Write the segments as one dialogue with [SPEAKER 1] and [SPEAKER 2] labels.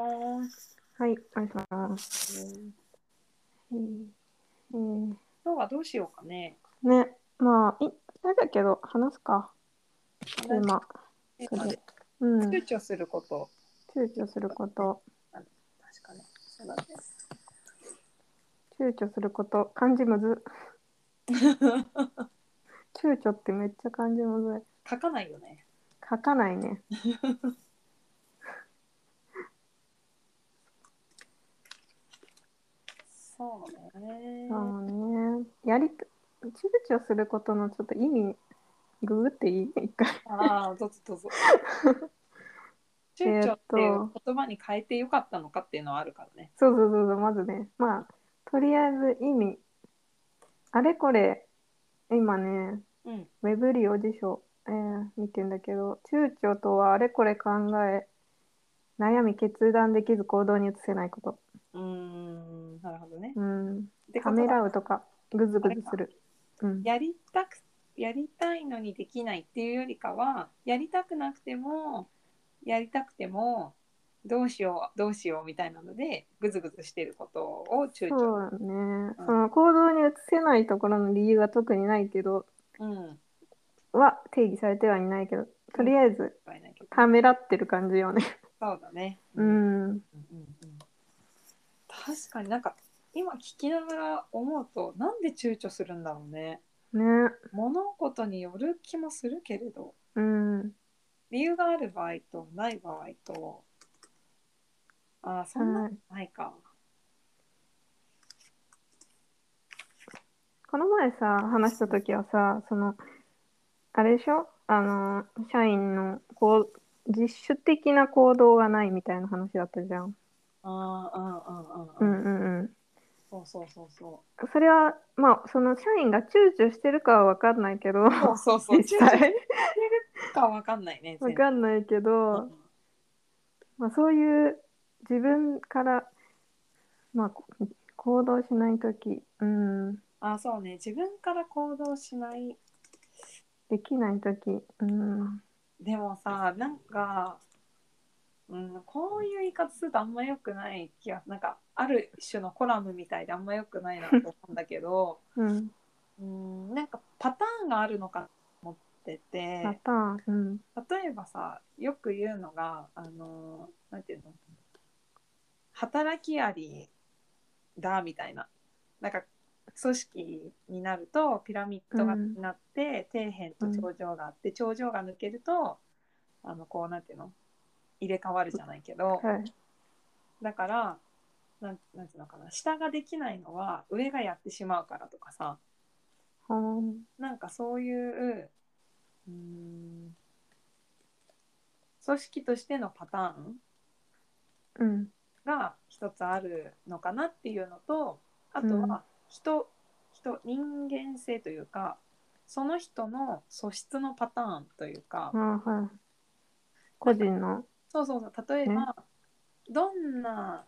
[SPEAKER 1] はい、ありがとうございます。うんうん
[SPEAKER 2] 今日はどうしようかね。
[SPEAKER 1] ね、まあ、いあれだけど、話すか、テーマ。
[SPEAKER 2] テー
[SPEAKER 1] そ
[SPEAKER 2] マ
[SPEAKER 1] れ
[SPEAKER 2] で
[SPEAKER 1] うん、
[SPEAKER 2] 躊躇すること。
[SPEAKER 1] 躊躇すること、
[SPEAKER 2] 確かね。そうだね。
[SPEAKER 1] 躊躇すること、漢字むず。躊躇ってめっちゃ漢字むずい。
[SPEAKER 2] 書かないよね。
[SPEAKER 1] 書かないね。
[SPEAKER 2] そうね
[SPEAKER 1] そ。うね。やり、躊躇することのちょっと意味、ググっていい一回。
[SPEAKER 2] ああ、どうぞど うぞ。
[SPEAKER 1] え
[SPEAKER 2] 躊躇
[SPEAKER 1] ー
[SPEAKER 2] っ
[SPEAKER 1] っ
[SPEAKER 2] て
[SPEAKER 1] と
[SPEAKER 2] いう言葉に変えてよかったのかっていうのはあるからね。
[SPEAKER 1] そうそうそうそう、まずね。まあ、とりあえず意味。あれこれ、今ね、
[SPEAKER 2] うん。
[SPEAKER 1] ウェブ利用辞書、えー見てんだけど、躊躇とはあれこれ考え、悩み決断できず行動に移せないこと。
[SPEAKER 2] うーん、なるほどね。
[SPEAKER 1] うん。
[SPEAKER 2] で
[SPEAKER 1] ためらうとか、ぐずぐずする。うん。
[SPEAKER 2] やりたくやりたいのにできないっていうよりかはやりたくなくてもやりたくてもどうしようどうしようみたいなのでぐずぐずしてることを躊
[SPEAKER 1] そ
[SPEAKER 2] 躇
[SPEAKER 1] うだね。その行動に移せないところの理由は特にないけど、
[SPEAKER 2] うん
[SPEAKER 1] は定義されてはいないけど、とりあえず、
[SPEAKER 2] 使えないけど
[SPEAKER 1] ためらってる感じよね。
[SPEAKER 2] そうだね、
[SPEAKER 1] う
[SPEAKER 2] うんう
[SPEAKER 1] ん。
[SPEAKER 2] んうん確かになんか今聞きながら思うとなんで躊躇するんだろうね
[SPEAKER 1] ね。
[SPEAKER 2] 物事による気もするけれど
[SPEAKER 1] うん。
[SPEAKER 2] 理由がある場合とない場合とああそんなことないか、
[SPEAKER 1] この前さ話した時はさそのあれでしょあの社員のこう自主的な行動がないみたいな話だったじゃん。
[SPEAKER 2] ああ
[SPEAKER 1] う
[SPEAKER 2] うんうんうんうん
[SPEAKER 1] んうんうん。
[SPEAKER 2] そうそうそうそ
[SPEAKER 1] それはまあその社員が躊躇してるかは分かんないけど
[SPEAKER 2] う。そうそうそう。
[SPEAKER 1] 実
[SPEAKER 2] 躊躇
[SPEAKER 1] 際
[SPEAKER 2] かわかんないね。
[SPEAKER 1] 分かんないけど、まあ、そういう自分から、まあ、こ行動しない時、うん、
[SPEAKER 2] ああそうね。自分から行動しない。
[SPEAKER 1] できない時、うん、
[SPEAKER 2] でもさ、なんか、うん、こういう言い方するとあんま良くない気が、なんか、ある種のコラムみたいであんま良くないなと思うんだけど、
[SPEAKER 1] うん、
[SPEAKER 2] うん、なんかパターンがあるのかと思ってて。
[SPEAKER 1] パターン、うん、
[SPEAKER 2] 例えばさよく言うのがあのなんていうの働きありだみたいななんか組織になるとピラミッドが
[SPEAKER 1] うん
[SPEAKER 2] なって、底辺と頂上があって頂上が抜けるとあのこうなんていうの入れ替わるじゃないけど
[SPEAKER 1] はい、
[SPEAKER 2] だからなんなんていうのかな下ができないのは上がやってしまうからとかさ
[SPEAKER 1] ほん
[SPEAKER 2] なんかそういう、うーん、組織としてのパターン
[SPEAKER 1] うん、
[SPEAKER 2] が一つあるのかなっていうのと、あと
[SPEAKER 1] うん
[SPEAKER 2] は人、人、人間性というか、その人の素質のパターンというか、
[SPEAKER 1] ああはい。個人の。
[SPEAKER 2] そうそうそう、例えば、
[SPEAKER 1] ね
[SPEAKER 2] どんな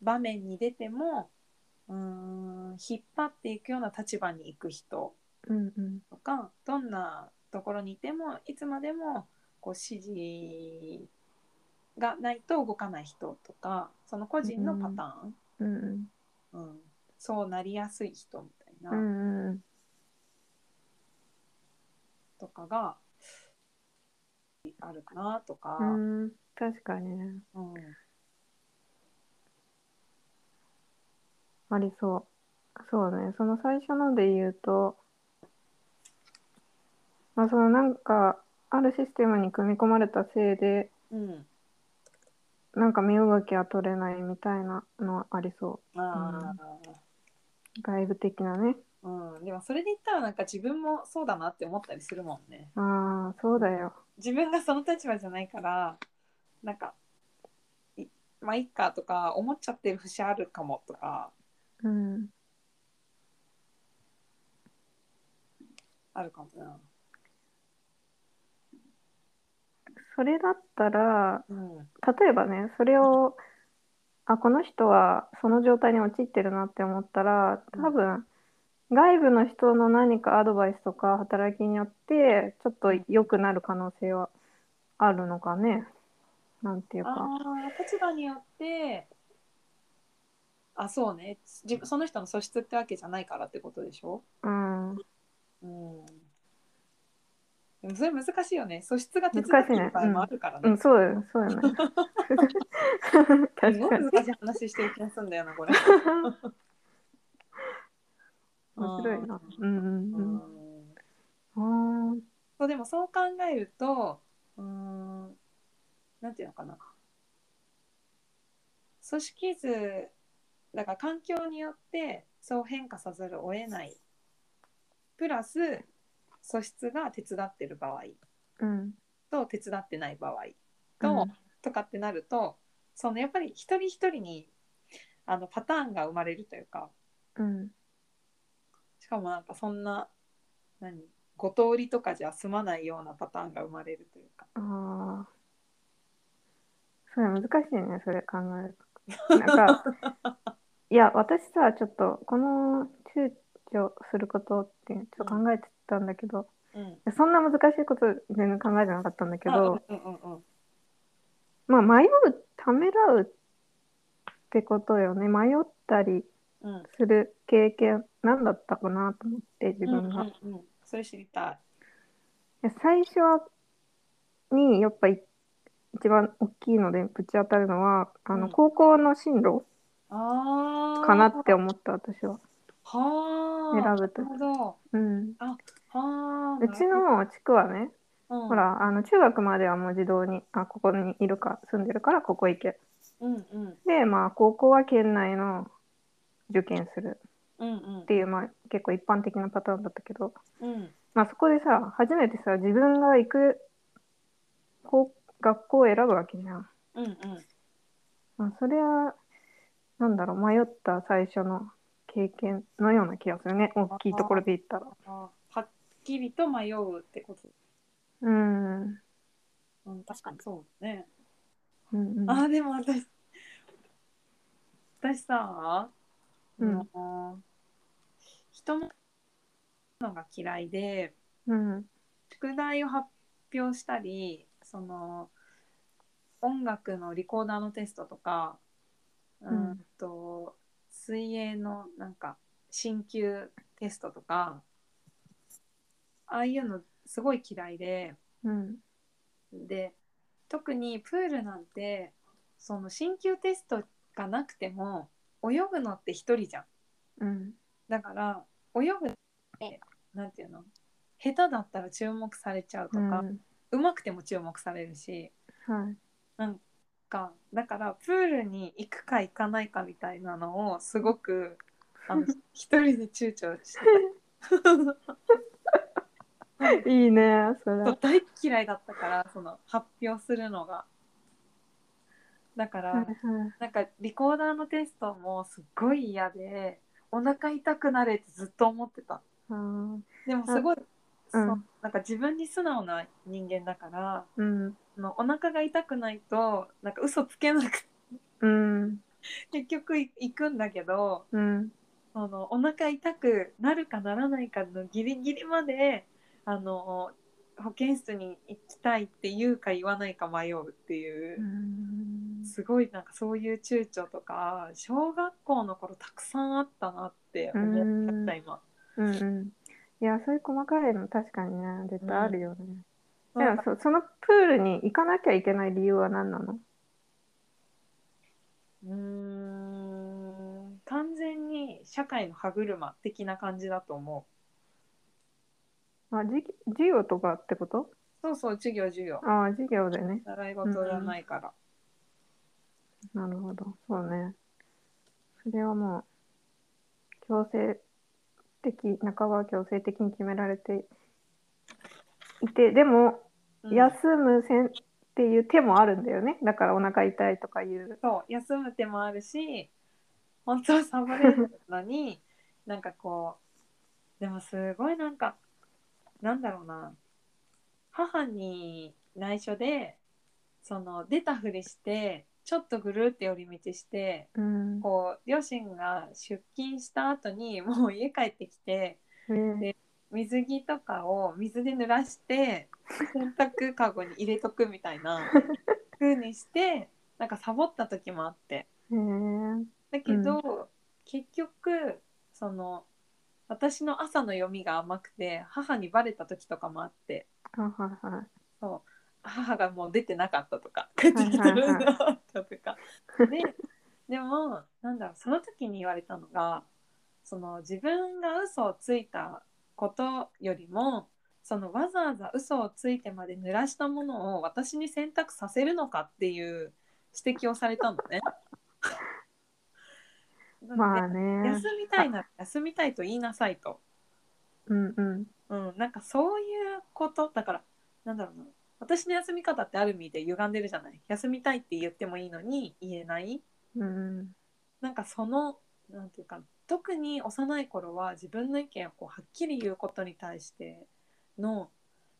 [SPEAKER 2] 場面に出ても、うーん、引っ張っていくような立場に行く人。
[SPEAKER 1] うんうん。
[SPEAKER 2] とかどんなところにいてもいつまでもこう指示がないと動かない人とかその個人のパタ
[SPEAKER 1] うん
[SPEAKER 2] ーン、うんそうなりやすい人みたい
[SPEAKER 1] うん。
[SPEAKER 2] な
[SPEAKER 1] う
[SPEAKER 2] ん
[SPEAKER 1] うん。
[SPEAKER 2] とかがあるかなとか、
[SPEAKER 1] うん、確かにね。
[SPEAKER 2] うん
[SPEAKER 1] ありそう。そうね。その最初ので言うと、まあそのなんか、あるシステムに組み込まれたせいで、
[SPEAKER 2] うん
[SPEAKER 1] なんか身動きは取れないみたいなのはありそ
[SPEAKER 2] あ
[SPEAKER 1] う。外部的なね。
[SPEAKER 2] ーうん、でもそれで言ったらなんか自分もそうだなって思ったりするもんね。
[SPEAKER 1] ああ、そうだよ。
[SPEAKER 2] 自分がその立場じゃないからなんかいまあいっかとか思っちゃってる節あるかもとか
[SPEAKER 1] うん。
[SPEAKER 2] あるかもな。
[SPEAKER 1] それだったら、
[SPEAKER 2] うん
[SPEAKER 1] 例えばねそれをあこの人はその状態に陥ってるなって思ったら多分外部の人の何かアドバイスとか働きによってちょっと良くなる可能性はあるのかねなんていう
[SPEAKER 2] あ
[SPEAKER 1] か
[SPEAKER 2] あ立場によってあそうね自分その人の素質ってわけじゃないからってことでしょ、
[SPEAKER 1] うん、
[SPEAKER 2] うん、でもそれ難しいよね素質が手伝
[SPEAKER 1] 難し
[SPEAKER 2] う
[SPEAKER 1] いね
[SPEAKER 2] いっぱいもあるから
[SPEAKER 1] う
[SPEAKER 2] ね
[SPEAKER 1] ん、そうだよ、そうだよね。
[SPEAKER 2] す
[SPEAKER 1] 確
[SPEAKER 2] ご
[SPEAKER 1] か
[SPEAKER 2] い
[SPEAKER 1] に。
[SPEAKER 2] 難しい話してる気がするんだよなこれ
[SPEAKER 1] 面白いな。うんうん
[SPEAKER 2] う
[SPEAKER 1] うんん。あー
[SPEAKER 2] そうでもそう考えるとうーんなんていうのかな組織図だから環境によってそう変化さざるを得ないプラス素質が手伝ってる場合
[SPEAKER 1] うん。
[SPEAKER 2] と手伝ってない場合と、とかってなるとそのやっぱり一人一人にあのパターンが生まれるというか
[SPEAKER 1] うん。
[SPEAKER 2] しかもなんかそんな何5通りとかじゃ済まないようなパターンが生まれるというか。
[SPEAKER 1] ああ。それ難しいね、それ考えると。なんか、いや、私さ、ちょっと、この躊躇することって、ちょっと考えてたんだけど、
[SPEAKER 2] うん
[SPEAKER 1] そんな難しいこと全然考えてなかったんだけど、
[SPEAKER 2] うんうんうんうん、
[SPEAKER 1] まあ、迷う、ためらうってことよね。迷ったり
[SPEAKER 2] うん、
[SPEAKER 1] する経験、何だったかなと思って、自分が。
[SPEAKER 2] うんうんうん、それ知りたい。
[SPEAKER 1] で最初にやっぱい一番大きいのでぶち当たるのはあの、
[SPEAKER 2] うん
[SPEAKER 1] 高校の進路
[SPEAKER 2] ああ。
[SPEAKER 1] かなって思った私は
[SPEAKER 2] はあ。
[SPEAKER 1] 選ぶと
[SPEAKER 2] なるほど。
[SPEAKER 1] うん、
[SPEAKER 2] はあ。
[SPEAKER 1] うちの地区はね、
[SPEAKER 2] うん、
[SPEAKER 1] ほ。らあの中学まではもう自動にあここにいるか住んでるからここ行け
[SPEAKER 2] うんうん
[SPEAKER 1] でまあ高校は県内の受験する
[SPEAKER 2] うんうん
[SPEAKER 1] っていう、まあ、結構一般的なパターンだったけど、
[SPEAKER 2] うん
[SPEAKER 1] まあ、そこでさ初めてさ自分が行くこう学校を選ぶわけじゃん。
[SPEAKER 2] うんうん
[SPEAKER 1] まあ、それは、なんだろう、迷った最初の経験のような気がするね。大きいところで言ったら。
[SPEAKER 2] あーはっきりと迷うってこと。
[SPEAKER 1] うん。うん
[SPEAKER 2] うん確かにそうね。
[SPEAKER 1] うん。
[SPEAKER 2] あーでも私私さ、
[SPEAKER 1] うん
[SPEAKER 2] あの人ののが嫌いで。
[SPEAKER 1] うん。
[SPEAKER 2] 宿題を発表したりその音楽のリコーダーのテストとか、う
[SPEAKER 1] うん
[SPEAKER 2] んと水泳のなんか進級テストとかああいうのすごい嫌いで
[SPEAKER 1] うん。
[SPEAKER 2] で特にプールなんてその進級テストがなくても泳ぐのって一人じゃん。
[SPEAKER 1] うん。
[SPEAKER 2] だから泳ぐってなんていうの下手だったら注目されちゃうと
[SPEAKER 1] う
[SPEAKER 2] か、
[SPEAKER 1] ん。
[SPEAKER 2] うまくても注目されるし
[SPEAKER 1] はい。
[SPEAKER 2] かだからプールに行くか行かないかみたいなのをすごくあ の一人で躊躇して
[SPEAKER 1] いいね、そ
[SPEAKER 2] た大
[SPEAKER 1] れ。
[SPEAKER 2] っ嫌いだったからその発表するのがだから、なんかリコーダーのテストもすっごい嫌でお腹痛くなれってずっと思ってた
[SPEAKER 1] うん。
[SPEAKER 2] でもすごい、そう
[SPEAKER 1] うん
[SPEAKER 2] なんか自分に素直な人間だから
[SPEAKER 1] うん。
[SPEAKER 2] あのお腹が痛くないとなんか嘘つけなくて
[SPEAKER 1] うん。
[SPEAKER 2] 結局い行くんだけど
[SPEAKER 1] うん。
[SPEAKER 2] そのお腹痛くなるかならないかのギリギリまであの保健室に行きたいって言うか言わないか迷うっていう、すごいなんかそういう躊躇とか小学校の頃たくさんあったなって思っちゃった今。
[SPEAKER 1] うん。うん。いや、そういう細かいの確かにね、絶対あるよね。で
[SPEAKER 2] なん
[SPEAKER 1] も
[SPEAKER 2] か
[SPEAKER 1] そ、そのプールに行かなきゃいけない理由は何なの
[SPEAKER 2] うーん完全に社会の歯車的な感じだと思う。
[SPEAKER 1] あ、じ授業とかってこと
[SPEAKER 2] そうそう授業授業
[SPEAKER 1] ああ、授業でね。
[SPEAKER 2] 習い事じゃないから。
[SPEAKER 1] なるほど、そうね。それはもう、強制的、半ば強制的に決められていて、でも、
[SPEAKER 2] うん
[SPEAKER 1] 休むせんっていう手もあるんだよね。だからお腹痛いとかいう。
[SPEAKER 2] そう休む手もあるし本当はサボれるの になんかこうでもすごいなんかなんだろうな母に内緒でその出たふりしてちょっとぐるって寄り道して
[SPEAKER 1] うん。
[SPEAKER 2] こう両親が出勤した後にもう家帰ってきて
[SPEAKER 1] ね
[SPEAKER 2] 水着とかを水で濡らして洗濯かごに入れとくみたいな風にしてなんかサボった時もあって。
[SPEAKER 1] へえ
[SPEAKER 2] だけど、結局その私の朝の読みが甘くて母にバレた時とかもあって
[SPEAKER 1] はいはいはい。
[SPEAKER 2] そう母がもう出てなかったとか帰ってきてるなかったとか。ででもなんだろうその時に言われたのがその自分が嘘をついたことよりもそのわざわざ嘘をついてまで濡らしたものを私に選択させるのかっていう指摘をされたのね。なので
[SPEAKER 1] まあね
[SPEAKER 2] 休。みたいなら休みたいと言いなさいと。
[SPEAKER 1] うんうん。
[SPEAKER 2] うん、なんかそういうことだからなんだろうな私の休み方ってある意味で歪んでるじゃない休みたいって言ってもいいのに言えない
[SPEAKER 1] うんうん。
[SPEAKER 2] なんかそのなんていうか特に幼い頃は自分の意見をこうはっきり言うことに対しての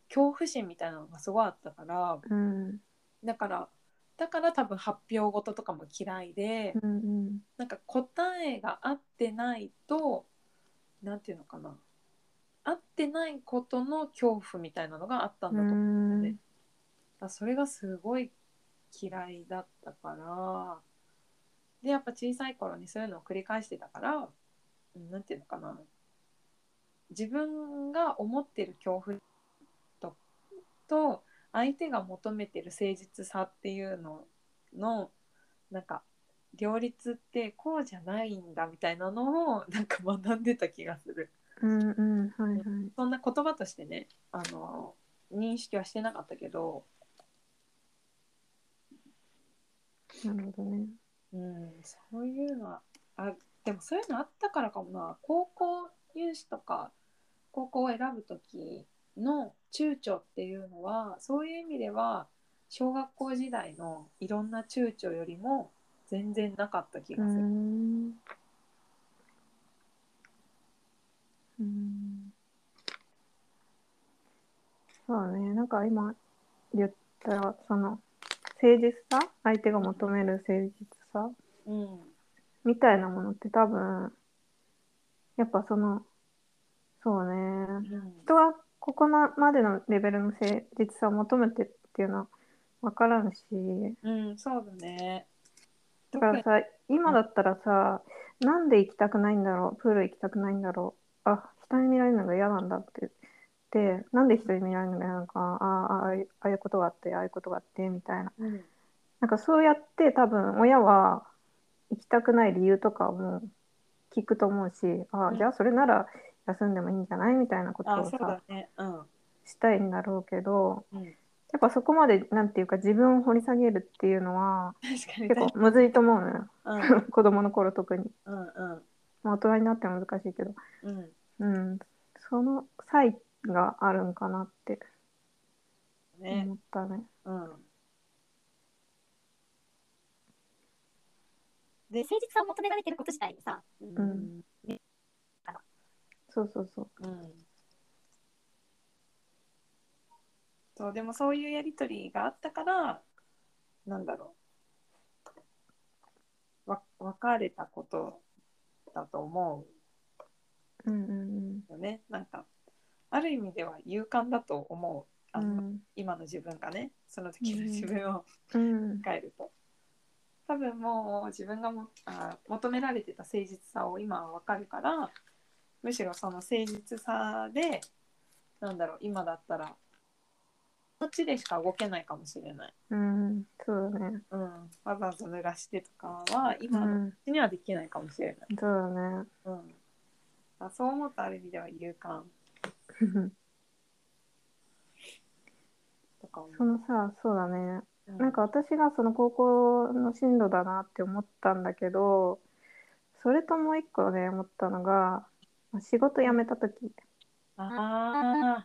[SPEAKER 2] 恐怖心みたいなのがすごいあったから
[SPEAKER 1] うん
[SPEAKER 2] だからだから多分発表事とかも嫌いで、
[SPEAKER 1] うんうん。
[SPEAKER 2] なんか答えが合ってないとなんていうのかな合ってないことの恐怖みたいなのがあったんだと思う、だ
[SPEAKER 1] うん
[SPEAKER 2] からそれがすごい嫌いだったからでやっぱ小さい頃にそういうのを繰り返してたからうんなんていうのかな自分が思ってる恐怖とと相手が求めてる誠実さっていうののなんか両立ってこうじゃないんだみたいなのをなんか学んでた気がする
[SPEAKER 1] うんうん。はいはい。
[SPEAKER 2] そんな言葉としてねあの認識はしてなかったけど、
[SPEAKER 1] なるほどね。
[SPEAKER 2] うん、そういうのはあでもそういうのあったからかもな高校入試とか高校を選ぶ時の躊躇っていうのはそういう意味では小学校時代のいろんな躊躇よりも全然なかった気
[SPEAKER 1] う
[SPEAKER 2] がする。
[SPEAKER 1] ん。うん。そうね。なんか今言ったその誠実さ、相手が求める誠実さ
[SPEAKER 2] うん
[SPEAKER 1] みたいなものって多分やっぱそのそうね。
[SPEAKER 2] うん
[SPEAKER 1] 人はここなまでのレベルの誠実さを求めてっていうのは分からんし
[SPEAKER 2] うん、そうだね。
[SPEAKER 1] だからさ今だったらさなんで行きたくないんだろうプール行きたくないんだろうあ人に見られるのが嫌なんだって言ってなんで人に見られるのが嫌なのかああああいうああいうことがあってああいうことがあってみたいな
[SPEAKER 2] うん、
[SPEAKER 1] なんかそうやって多分親は行きたくない理由とかも聞くと思うしあ
[SPEAKER 2] うん
[SPEAKER 1] じゃあそれなら休んでもいいんじゃないみたいなこと
[SPEAKER 2] あ、
[SPEAKER 1] を
[SPEAKER 2] そう
[SPEAKER 1] さ
[SPEAKER 2] だね。うん。
[SPEAKER 1] したいんだろうけど
[SPEAKER 2] うん、
[SPEAKER 1] やっぱそこまでなんていうか自分を掘り下げるっていうのは
[SPEAKER 2] 確かに。
[SPEAKER 1] 結構むずいと思うのよ
[SPEAKER 2] うん、
[SPEAKER 1] 子供の頃特に、
[SPEAKER 2] うん、
[SPEAKER 1] まあ、大人になっても難しいけど
[SPEAKER 2] うん、うん。
[SPEAKER 1] うんその差異があるんかなって
[SPEAKER 2] ね
[SPEAKER 1] 思、ったね
[SPEAKER 2] うん。
[SPEAKER 3] で誠実さを求められてること自体にさ、
[SPEAKER 2] うん、
[SPEAKER 1] そうそうそう
[SPEAKER 2] うん。そう、でも、そういうやりとりがあったから。なんだろう。わ、別れたこと。だと思
[SPEAKER 1] うんうん
[SPEAKER 2] うよね。なんか。ある意味では勇敢だと思う。
[SPEAKER 1] う
[SPEAKER 2] あの、
[SPEAKER 1] ん
[SPEAKER 2] 今の自分がね、その時の自分を。
[SPEAKER 1] うん
[SPEAKER 2] 帰ると多分もう自分がもあ求められてた誠実さを今は分かるからむしろその誠実さでなんだろう今だったらこっちでしか動けないかもしれない、
[SPEAKER 1] うんそうだね
[SPEAKER 2] うん、わざわざ濡らしてとかは
[SPEAKER 1] う
[SPEAKER 2] 今のうんちにはできないかもしれない、
[SPEAKER 1] そうだ
[SPEAKER 2] うん、あそう思ったある意味では勇敢
[SPEAKER 1] ね
[SPEAKER 2] とか思
[SPEAKER 1] そうのさそうだね
[SPEAKER 2] う
[SPEAKER 1] なんか私がその高校の進路だなって思ったんだけどそれともう一個ね思ったのがまあ仕事辞めた時
[SPEAKER 2] あ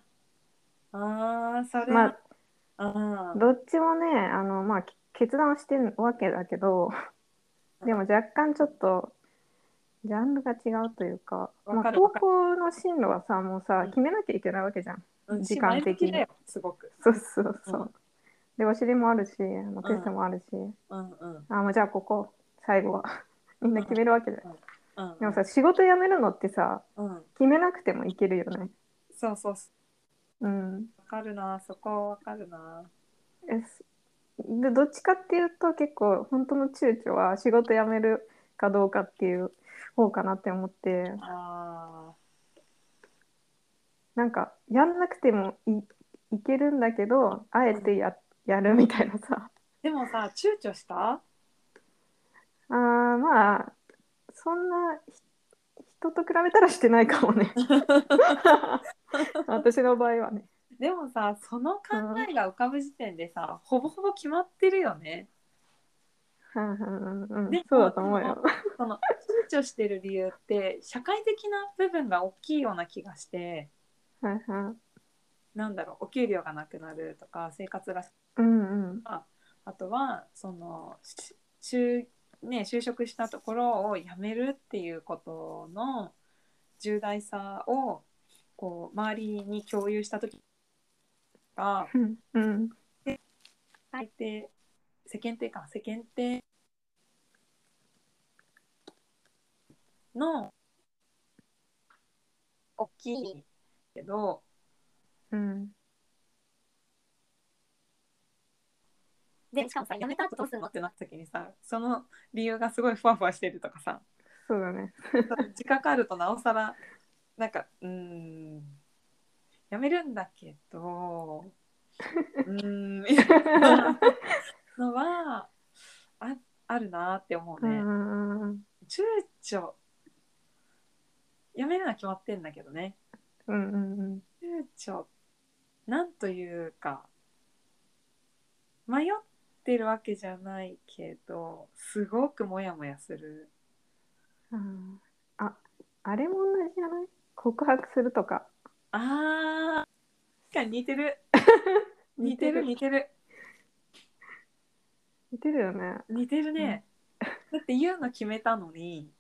[SPEAKER 2] ーあーそれ
[SPEAKER 1] まあ
[SPEAKER 2] あ
[SPEAKER 1] どっちもねあの、まあ、き決断をしてるわけだけどでも若干ちょっとジャンルが違うというか
[SPEAKER 2] わ
[SPEAKER 1] ま
[SPEAKER 2] か
[SPEAKER 1] あ、
[SPEAKER 2] る
[SPEAKER 1] 高校の進路はさもうさ
[SPEAKER 2] うん
[SPEAKER 1] 決めなきゃいけないわけじゃん。
[SPEAKER 2] ー
[SPEAKER 1] 時間的に
[SPEAKER 2] 前向きだよすごく
[SPEAKER 1] そうそうそう。
[SPEAKER 2] うん
[SPEAKER 1] でお尻もあるしもうテストもあるし、
[SPEAKER 2] うんうん
[SPEAKER 1] あもうじゃあここ最後はみんな決めるわけじゃん。
[SPEAKER 2] うん
[SPEAKER 1] でもさ仕事辞めるのってさ
[SPEAKER 2] うん、
[SPEAKER 1] 決めなくてもいけるよね。
[SPEAKER 2] そうそうそ
[SPEAKER 1] うん、
[SPEAKER 2] うわかるなそこわかるな
[SPEAKER 1] えすでどっちかっていうと結構本当の躊躇は仕事辞めるかどうかっていう方かなって思って
[SPEAKER 2] あ
[SPEAKER 1] なんかやんなくてもいいけるんだけどあえてややるみたいなさ
[SPEAKER 2] ーでもさ躊躇した
[SPEAKER 1] あーまあそんなひ人と比べたらしてないかも ね私の場合はね
[SPEAKER 2] でもさその考えが浮かぶ時点でさ、ほぼほぼ決まってるよね
[SPEAKER 1] うんうんうんうん
[SPEAKER 2] でも
[SPEAKER 1] そうだと思うよ。
[SPEAKER 2] その躊躇してる理由って社会的な部分が大きいような気がして
[SPEAKER 1] はいはい
[SPEAKER 2] なんだろうお給料がなくなるとか生活が
[SPEAKER 1] うんうん
[SPEAKER 2] あとはそのし就,、ね、就職したところを辞めるっていうことの重大さをこう周りに共有した時が
[SPEAKER 1] うんうん
[SPEAKER 2] 大抵世間体か世間体の大きいけど
[SPEAKER 1] うん
[SPEAKER 3] で、しかもさ、やめた後どうすんの
[SPEAKER 2] っ
[SPEAKER 3] って
[SPEAKER 2] て
[SPEAKER 3] な
[SPEAKER 2] な
[SPEAKER 3] っ
[SPEAKER 2] った時にさその理由がすごいふわふわしてるとかさ
[SPEAKER 1] そうだね。
[SPEAKER 2] 時間かかるとなおさらなんかうーんやめるんだけどうーんみたいな のはああるなって思う
[SPEAKER 1] う
[SPEAKER 2] ね、
[SPEAKER 1] んうんうん
[SPEAKER 2] 躊躇やめるのは決まってんだけどね
[SPEAKER 1] うんうんうん
[SPEAKER 2] 躊躇なんというか迷ってるわけじゃないけどすごくモヤモヤする
[SPEAKER 1] うんああれも同じじゃない告白するとか
[SPEAKER 2] あー確かに似てる似てる
[SPEAKER 1] 似
[SPEAKER 2] 似てる
[SPEAKER 1] 似てるよね
[SPEAKER 2] 似てるね、だって言うの決めたのに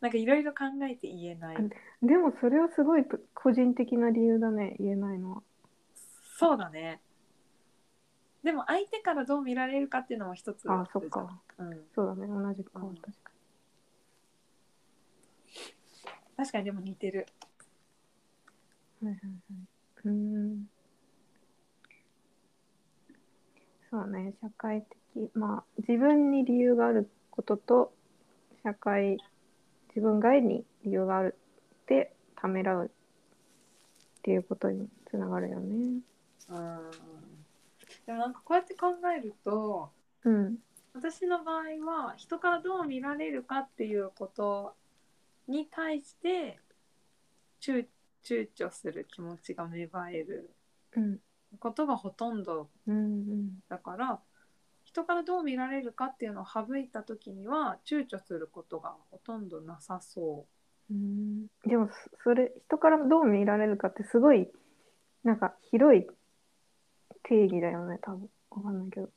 [SPEAKER 2] なんかいろいろ考えて言えない
[SPEAKER 1] うんでもそれはすごいぷ個人的な理由だね言えないのは
[SPEAKER 2] そうだねでも相手からどう見られるかっていうのも一つ
[SPEAKER 1] あそっか
[SPEAKER 2] うん、
[SPEAKER 1] そうだね同じか、
[SPEAKER 2] うん
[SPEAKER 1] 確か
[SPEAKER 2] 確かにでも似てる
[SPEAKER 1] にはいはいはいうんそうね社会的まあ自分に理由があることと社会自分外に理由があるってためらうっていうことにつながるよね
[SPEAKER 2] うんでもなんかこうやって考えると
[SPEAKER 1] うん
[SPEAKER 2] 私の場合は人からどう見られるかっていうことに対して躊躊躇する気持ちが芽生える
[SPEAKER 1] うん
[SPEAKER 2] ことがほとんど
[SPEAKER 1] うん
[SPEAKER 2] だから人からどう見られるかっていうのを省いた時には躊躇することがほとんどなさそ
[SPEAKER 1] うん、でもそそれ人からどう見られるかってすごいなんか広い定義だよね多分わかんないけど
[SPEAKER 2] う。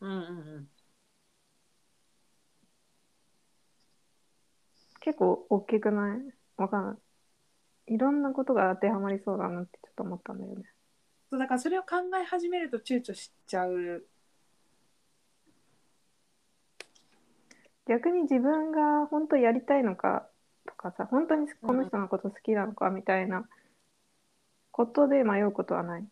[SPEAKER 2] うんうんうん、
[SPEAKER 1] 結構大きくないわかんないいろんなことが当てはまりそうだなってちょっと思ったんだよね
[SPEAKER 2] そうだからそれを考え始めると躊躇しちゃ う。
[SPEAKER 1] 逆に自分が本当やりたいのかとかさ本当にこの人のこと好きなのかみたいなことで迷うことはない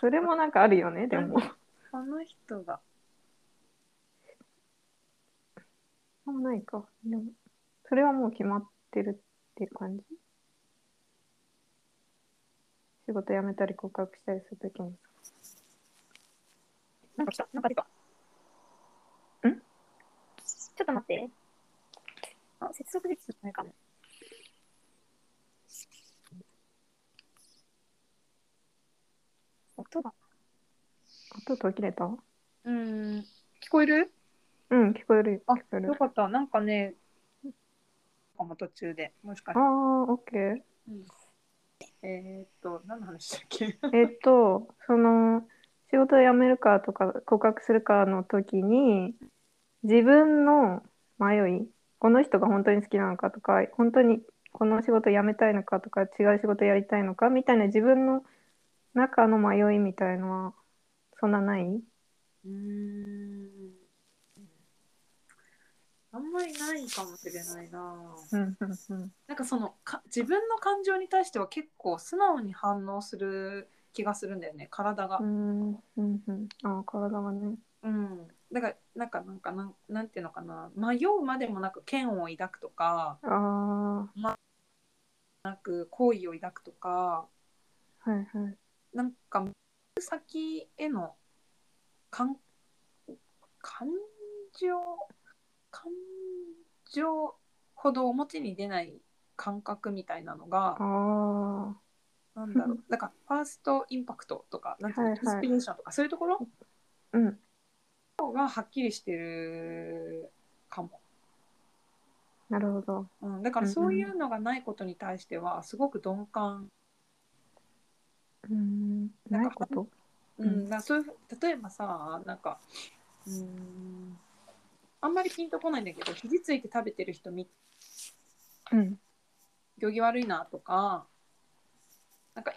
[SPEAKER 1] それもなんかあるよねでも
[SPEAKER 2] この人が
[SPEAKER 1] もうないかでもそれはもう決まってるっていう感じ仕事辞めたり告白したりするときに
[SPEAKER 3] なんか来た。なんか出た。
[SPEAKER 1] ん
[SPEAKER 3] ちょっと待って。あ、接続できてないかも。音が。
[SPEAKER 1] 音途切れた
[SPEAKER 2] うん聞こえる
[SPEAKER 1] うん聞こえる
[SPEAKER 2] あ
[SPEAKER 1] 聞こえる
[SPEAKER 2] よかったなんかねかも途中でもしかし
[SPEAKER 1] ああオッケー
[SPEAKER 2] てえー、っと何の話だっけ
[SPEAKER 1] えっと、その、仕事を辞めるかとか告白するかの時に、自分の迷い、この人が本当に好きなのかとか、本当にこの仕事辞めたいのかとか、違う仕事やりたいのかみたいな自分の中の迷いみたいのは、そんなない
[SPEAKER 2] うんあんまりないかもしれないな
[SPEAKER 1] うんうんうん
[SPEAKER 2] なんかそのか自分の感情に対しては結構素直に反応する気がするんだよね体が
[SPEAKER 1] う、んうんうんああ体がね
[SPEAKER 2] うん、だからなんかなんかなんなんていうのかな迷うまでもなく嫌悪を抱くとか
[SPEAKER 1] ああ
[SPEAKER 2] なく好意を抱くとか
[SPEAKER 1] はいはい
[SPEAKER 2] なんか先への感感情感情ほど表に出ない感覚みたいなのが
[SPEAKER 1] ああ
[SPEAKER 2] なんだろうだからファーストインパクトとかなんていうの
[SPEAKER 1] はいは
[SPEAKER 2] イ
[SPEAKER 1] い
[SPEAKER 2] ンスピレーションとかそういうところ
[SPEAKER 1] うん
[SPEAKER 2] がはっきりしてるかも。
[SPEAKER 1] なるほど
[SPEAKER 2] うん、だからそういうのがないことに対してはすごく鈍感、
[SPEAKER 1] うん
[SPEAKER 2] な
[SPEAKER 1] なんい
[SPEAKER 2] か
[SPEAKER 1] こと
[SPEAKER 2] うん
[SPEAKER 1] うん
[SPEAKER 2] だからそういうふ例えばさなんかうーんあんまりピンとこないんだけど肘ついて食べてる人見
[SPEAKER 1] うん
[SPEAKER 2] 行儀悪いなとかなんか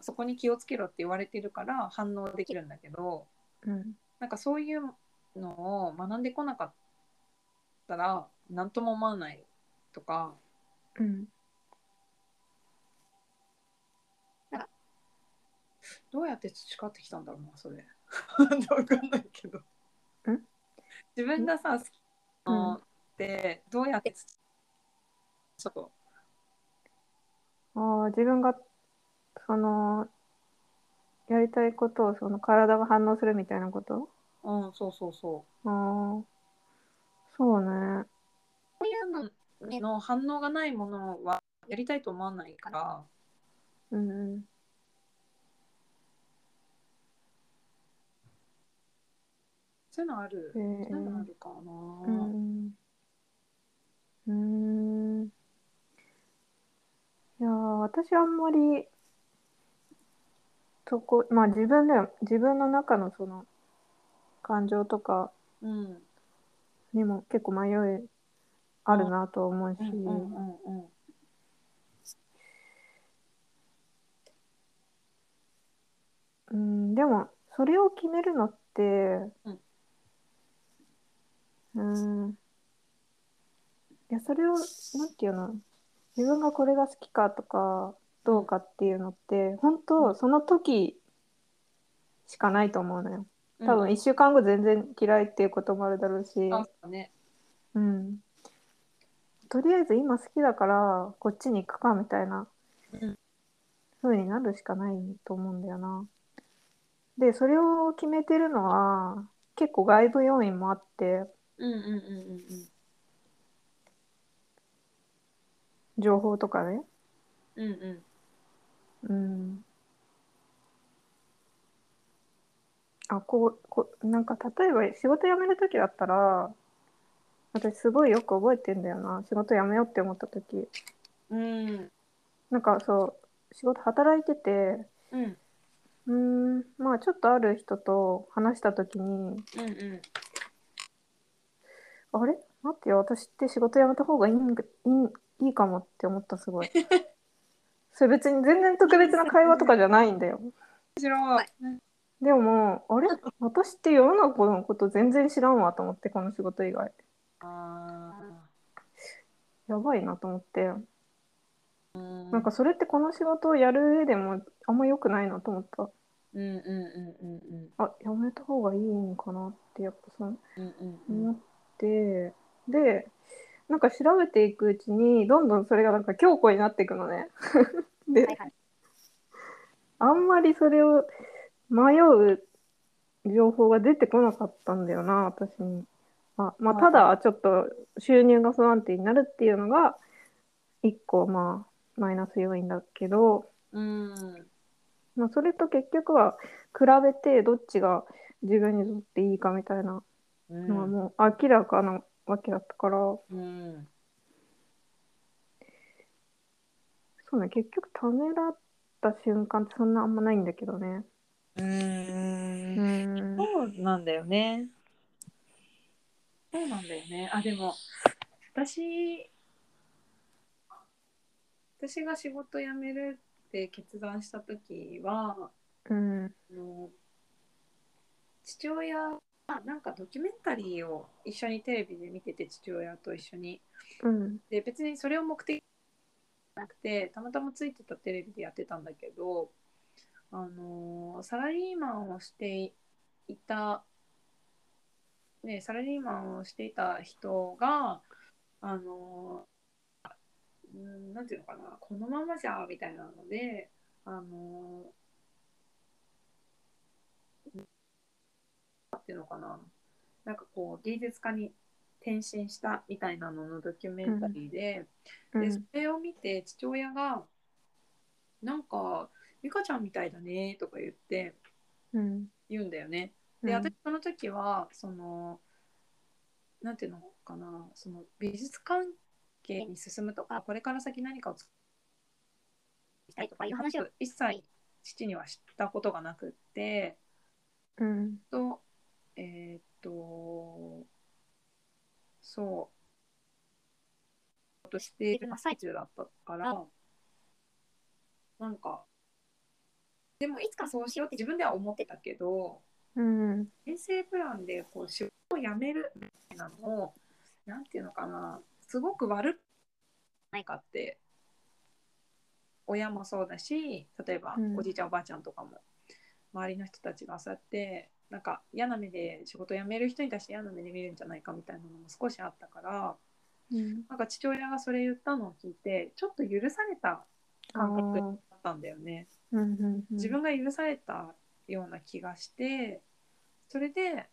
[SPEAKER 2] そこに気をつけろって言われてるから反応できるんだけど
[SPEAKER 1] うん
[SPEAKER 2] なんかそういうのを学んでこなかったら何とも思わないとか
[SPEAKER 1] うん
[SPEAKER 2] どうやって培ってきたんだろうなそれ。 なんかわかんないけど。自分がさ好きなのってどうやって培ちょっと
[SPEAKER 1] ああ自分がそのやりたいことをその体が反応するみたいなこと
[SPEAKER 2] うんそうそうそ
[SPEAKER 1] ああそうね
[SPEAKER 2] う。の反応がないものはやりたいと思わないから
[SPEAKER 1] うんうん
[SPEAKER 2] そういうのある。
[SPEAKER 1] えー
[SPEAKER 2] そういうのあるか
[SPEAKER 1] う
[SPEAKER 2] な。
[SPEAKER 1] んうん、うーんいやー私あんまりそこまあ自分で自分の中のその感情とか
[SPEAKER 2] うん。うん
[SPEAKER 1] にも結構迷いあるなとは思うし、
[SPEAKER 2] うんうんうん。
[SPEAKER 1] うん、でもそれを決めるのってうん、いやそれをなんていうの自分がこれが好きかとかどうかっていうのって本当その時しかないと思うのよ多分1週間後全然嫌いっていうこともあるだろうし、
[SPEAKER 2] あそうね。
[SPEAKER 1] うん、とりあえず今好きだからこっちに行くかみたいな
[SPEAKER 2] うん
[SPEAKER 1] 風になるしかないと思うんだよな。でそれを決めてるのは結構外部要因もあって
[SPEAKER 2] うんうんうんうんうん。
[SPEAKER 1] 情報とかね。
[SPEAKER 2] うんうん。
[SPEAKER 1] うん、あこうこうなんか例えば仕事辞める時だったら私すごいよく覚えてんだよな仕事辞めようって思った時。
[SPEAKER 2] うん
[SPEAKER 1] なんかそう仕事働いてて
[SPEAKER 2] うん
[SPEAKER 1] うーんまあちょっとある人と話した時に
[SPEAKER 2] うんうん。
[SPEAKER 1] あれ待ってよ私って仕事辞めた方がいいんかいいいいかもって思った すごいそれ別に全然特別な会話とかじゃないんだよ
[SPEAKER 2] 面白い。
[SPEAKER 1] でもあれ私って世の中のこと全然知らんわと思ってこの仕事以外
[SPEAKER 2] あ
[SPEAKER 1] やばいなと思って
[SPEAKER 2] あ。うん
[SPEAKER 1] なんかそれってこの仕事をやる上でもあんま良くないなと思った
[SPEAKER 2] うんうんうんうんうん
[SPEAKER 1] あ辞めた方がいいのかなってやっぱその
[SPEAKER 2] うんうん
[SPEAKER 1] 思って、でなんか調べていくうちにどんどんそれがなんか強固になっていくのね。 で、
[SPEAKER 3] はいはい。
[SPEAKER 1] あんまりそれを迷う情報が出てこなかったんだよな私に。あまあ、
[SPEAKER 2] はい
[SPEAKER 1] ただちょっと収入が不安定になるっていうのが一個まあマイナス要因だけど、
[SPEAKER 2] うんうん
[SPEAKER 1] まあ、それと結局は比べてどっちが自分にとっていいかみたいな
[SPEAKER 2] う
[SPEAKER 1] のは
[SPEAKER 2] ん
[SPEAKER 1] もう明らかなわけだったから。
[SPEAKER 2] うん
[SPEAKER 1] そうね、結局ためらった瞬間ってそんなあんまないんだけどね。
[SPEAKER 2] うん
[SPEAKER 1] ん
[SPEAKER 2] そうなんだよねそうなんだよねあでも私私が仕事辞めるって決断した時は
[SPEAKER 1] うん。
[SPEAKER 2] あの父親あなんかドキュメンタリーを一緒にテレビで見てて父親と一緒に
[SPEAKER 1] うん
[SPEAKER 2] で別にそれを目的じゃなくてたまたまついてたテレビでやってたんだけど、あのーサラリーマンをしていた、ね、サラリーマンをしていた人が、あのーうんなんていうのかなこのままじゃみたいなので、あのーなんていうのかななんかこう芸術家に転身したみたいなののドキュメンタリーで。
[SPEAKER 1] う
[SPEAKER 2] でそ
[SPEAKER 1] ん
[SPEAKER 2] れを見て父親が「なんか美香ちゃんみたいだね」とか言って
[SPEAKER 1] うん
[SPEAKER 2] 言うんだよね。で
[SPEAKER 1] うん
[SPEAKER 2] 私その時はそのなんていうのかなその美術関係に進むとかこれから先何かを作
[SPEAKER 3] したいとかいう話を。
[SPEAKER 2] 一切父には知ったことがなくって
[SPEAKER 1] うん
[SPEAKER 2] とえーっとそうとしている最中だったからなんかでもいつかそうしようって自分では思ってたけど
[SPEAKER 1] うん
[SPEAKER 2] 人生プランでこう仕事を辞めるみたいなのをなんていうのかなすごく悪くないかって親もそうだし例えば
[SPEAKER 1] うん
[SPEAKER 2] おじいちゃんおばあちゃんとかも周りの人たちがそうやってなんか嫌な目で仕事辞める人に対して嫌な目で見るんじゃないかみたいなのも少しあったから
[SPEAKER 1] うん
[SPEAKER 2] なんか父親がそれ言ったのを聞いてちょっと許された感覚だったんだよね。
[SPEAKER 1] うんうんうん
[SPEAKER 2] 自分が許されたような気がしてそれで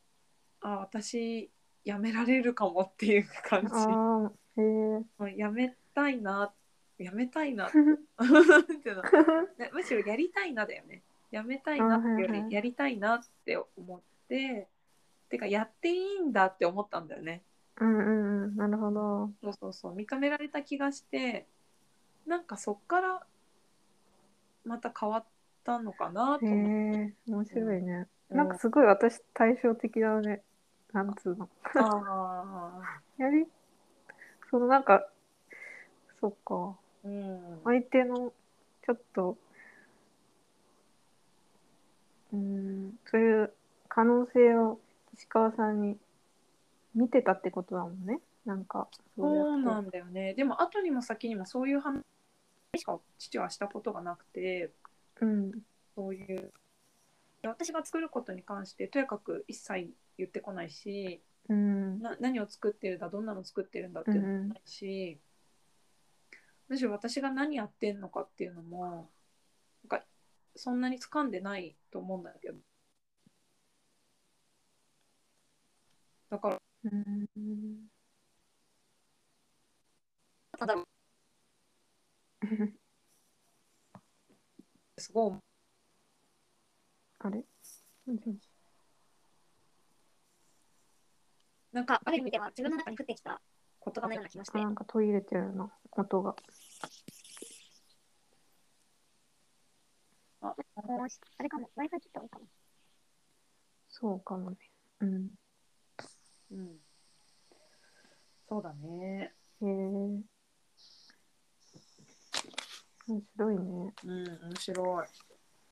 [SPEAKER 2] あ私やめられるかもっていう感じも
[SPEAKER 1] ああへえ
[SPEAKER 2] うやめたいなやめた いなって
[SPEAKER 1] う
[SPEAKER 2] いうの
[SPEAKER 1] ん
[SPEAKER 2] ねむしろやりたいなだよねやめたいなっていうよ
[SPEAKER 1] あはいは
[SPEAKER 2] り
[SPEAKER 1] い
[SPEAKER 2] やりたいなって思っててかやっていいんだって思ったんだよね
[SPEAKER 1] うんうんなるほど
[SPEAKER 2] そうそうそう認められた気がしてなんかそっからまた変わったのかなと
[SPEAKER 1] へ
[SPEAKER 2] 思って。
[SPEAKER 1] え面白いね
[SPEAKER 2] う
[SPEAKER 1] なんかすごい私対照的だねなんつうの
[SPEAKER 2] あー
[SPEAKER 1] やりそのなんかそっか
[SPEAKER 2] うん
[SPEAKER 1] 相手のちょっとうーんそういう可能性を石川さんに見てたってことだもんねなんかそ
[SPEAKER 2] そう
[SPEAKER 1] や
[SPEAKER 2] な
[SPEAKER 1] って
[SPEAKER 2] んだよねでも後にも先にもそういう話しか父はしたことがなくて
[SPEAKER 1] うん
[SPEAKER 2] そういう私が作ることに関してとやかく一切言ってこないし
[SPEAKER 1] うん
[SPEAKER 2] な何を作ってるんだどんなの作ってるんだっていうのもないし、むしろ私が何やってんのかっていうのもなんかそんなに掴んでないと思うんだけどだから
[SPEAKER 1] うん
[SPEAKER 3] ただ、
[SPEAKER 2] すごい思う
[SPEAKER 1] あれ
[SPEAKER 2] なん
[SPEAKER 3] なん
[SPEAKER 2] か
[SPEAKER 3] か、ある意味では自分の中に降ってきた
[SPEAKER 2] 言葉
[SPEAKER 3] 言葉
[SPEAKER 2] のような
[SPEAKER 3] のような気がし
[SPEAKER 1] あ
[SPEAKER 3] て。
[SPEAKER 1] なんか途切れてるな音が
[SPEAKER 3] もしあれかも、Wi-Fi 切った方がいいかも。
[SPEAKER 1] そうかもねうん
[SPEAKER 2] うんそうだね。
[SPEAKER 1] へえ面白いね
[SPEAKER 2] うん、面白い。